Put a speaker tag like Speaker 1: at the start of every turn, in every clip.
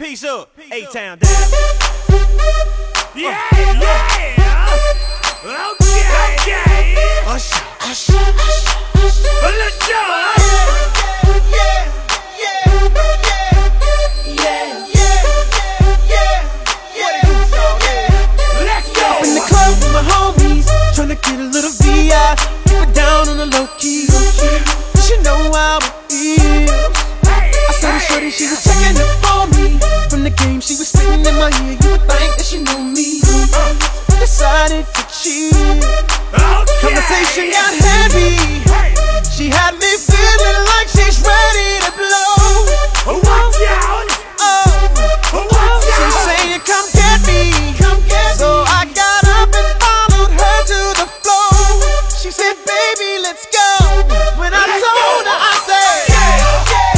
Speaker 1: Peace up. A town down.
Speaker 2: Yeah, yeah. Okay, okay.
Speaker 1: Usher.
Speaker 2: But let's go. Let's
Speaker 3: Up in the
Speaker 2: go.
Speaker 3: club with my homies, tryna get a little VI. Keep it down on the low key. Cause you know how it feels.
Speaker 2: Hey,
Speaker 3: I saw her
Speaker 2: hey.
Speaker 3: shorty, she was checking up on me. From the game, she was spitting in my ear. You would think that she knew me. Decided to cheat.
Speaker 2: Okay.
Speaker 3: Conversation got heavy.
Speaker 2: Hey,
Speaker 3: She had me feeling like she's ready to blow.
Speaker 2: watch out.
Speaker 3: Oh. She said, "Come get me, come get So I got up and followed her to the floor. She said, "Baby, let's go." When I told her, I said, "Yeah, yeah."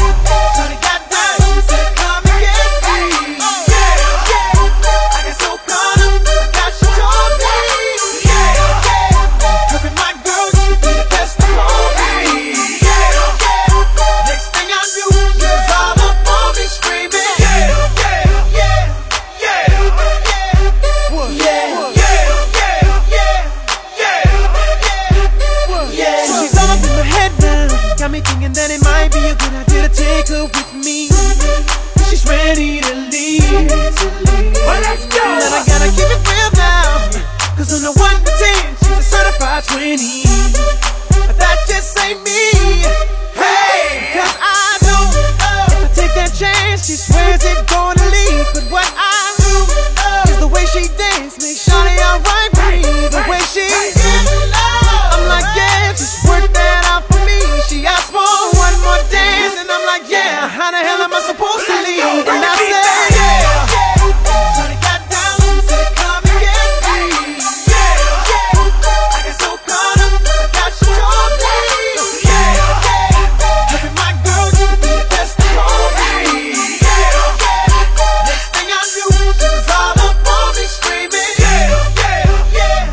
Speaker 3: So they got down, said, "Come and get me." Yeah, yeah. I got so caught up, I got you told me. Yeah, yeah. Her and my girl used to be the best of all me. Yeah, yeah. Next thing I knew, you was all up on me screaming. Yeah, yeah, yeah, yeah, yeah. She's all up in my head now. Got me thinking that it might be a good idea to take her with me. She's ready to leave.
Speaker 2: Well, let's go.
Speaker 3: And I gotta keep it real now. Cause on the 1 to 10, she's a certified 20. But that just ain't me.
Speaker 2: Hey.
Speaker 3: Cause I know if I take that chance, she swears it gonna leave. But what I knew uh, is the way she dance makes Shawty alright with me. The way she in love, I'm like yeah, just work that out for me. She asked for one more dance, and I'm like yeah, how the hell am I supposed to leave? And I said yeah. So they got down and said, "Come and get me." Yeah, yeah. I got so caught up, I got you on me. Yeah, yeah. Her and my girl used to be the best of all me. Yeah, yeah. Next thing I knew, she was all up on me screaming. Yeah, yeah, yeah,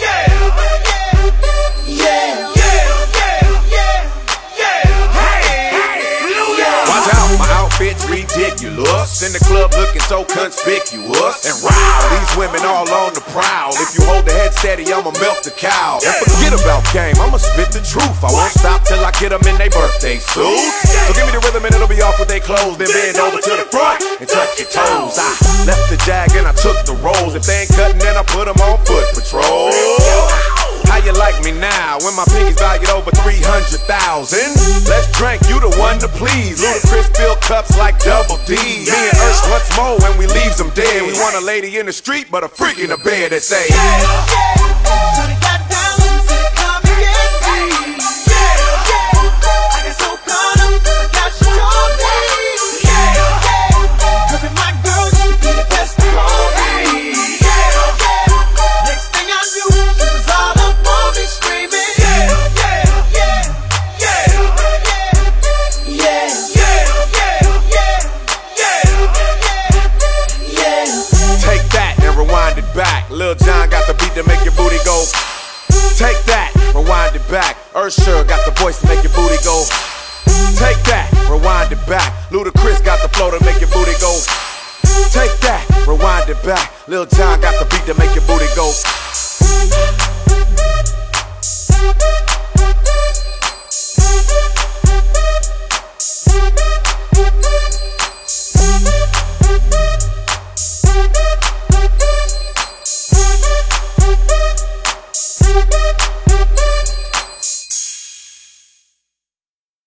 Speaker 3: yeah, yeah, yeah, yeah, yeah.
Speaker 4: Watch out, my outfit's ridiculous. In the club looking so conspicuous. And wow, these women all on the prowl. If you hold the head steady, I'ma melt the cow. And forget about game, I'ma spit the truth. I won't stop till I get them in their birthday suits. So give me the rhythm and it'll be off with their clothes. Then bend over to the front and touch your toes. I left the jag and I took the rolls. If they ain't cutting, then I put them on foot patrol. How you like me now when my pinkies valued over 300,000? Let's drink, you the one to please. Ludacris fill cups like double D. Me and Ursh once more when we leaves them dead. We want a lady in the street, but a freak in the bed that say,
Speaker 3: So they got down and said, "Come and get me." Yeah, yeah. I got so caught up, I got you on me. Yeah, yeah. Her and my girl used to be the best of all me. Yeah, yeah. Next thing I knew, she was all up on me screaming. Yeah, yeah, yeah, yeah, yeah, yeah, yeah, yeah, yeah, yeah.
Speaker 4: Take that and rewind it back. Lil John got the beat to make your booty go. Take that, rewind it back. Ursher got the voice to make your booty go. Take that, rewind it back. Ludacris got the flow to make your booty go. Take that, rewind it back. Lil John got the beat to make your booty go.
Speaker 3: Thank you.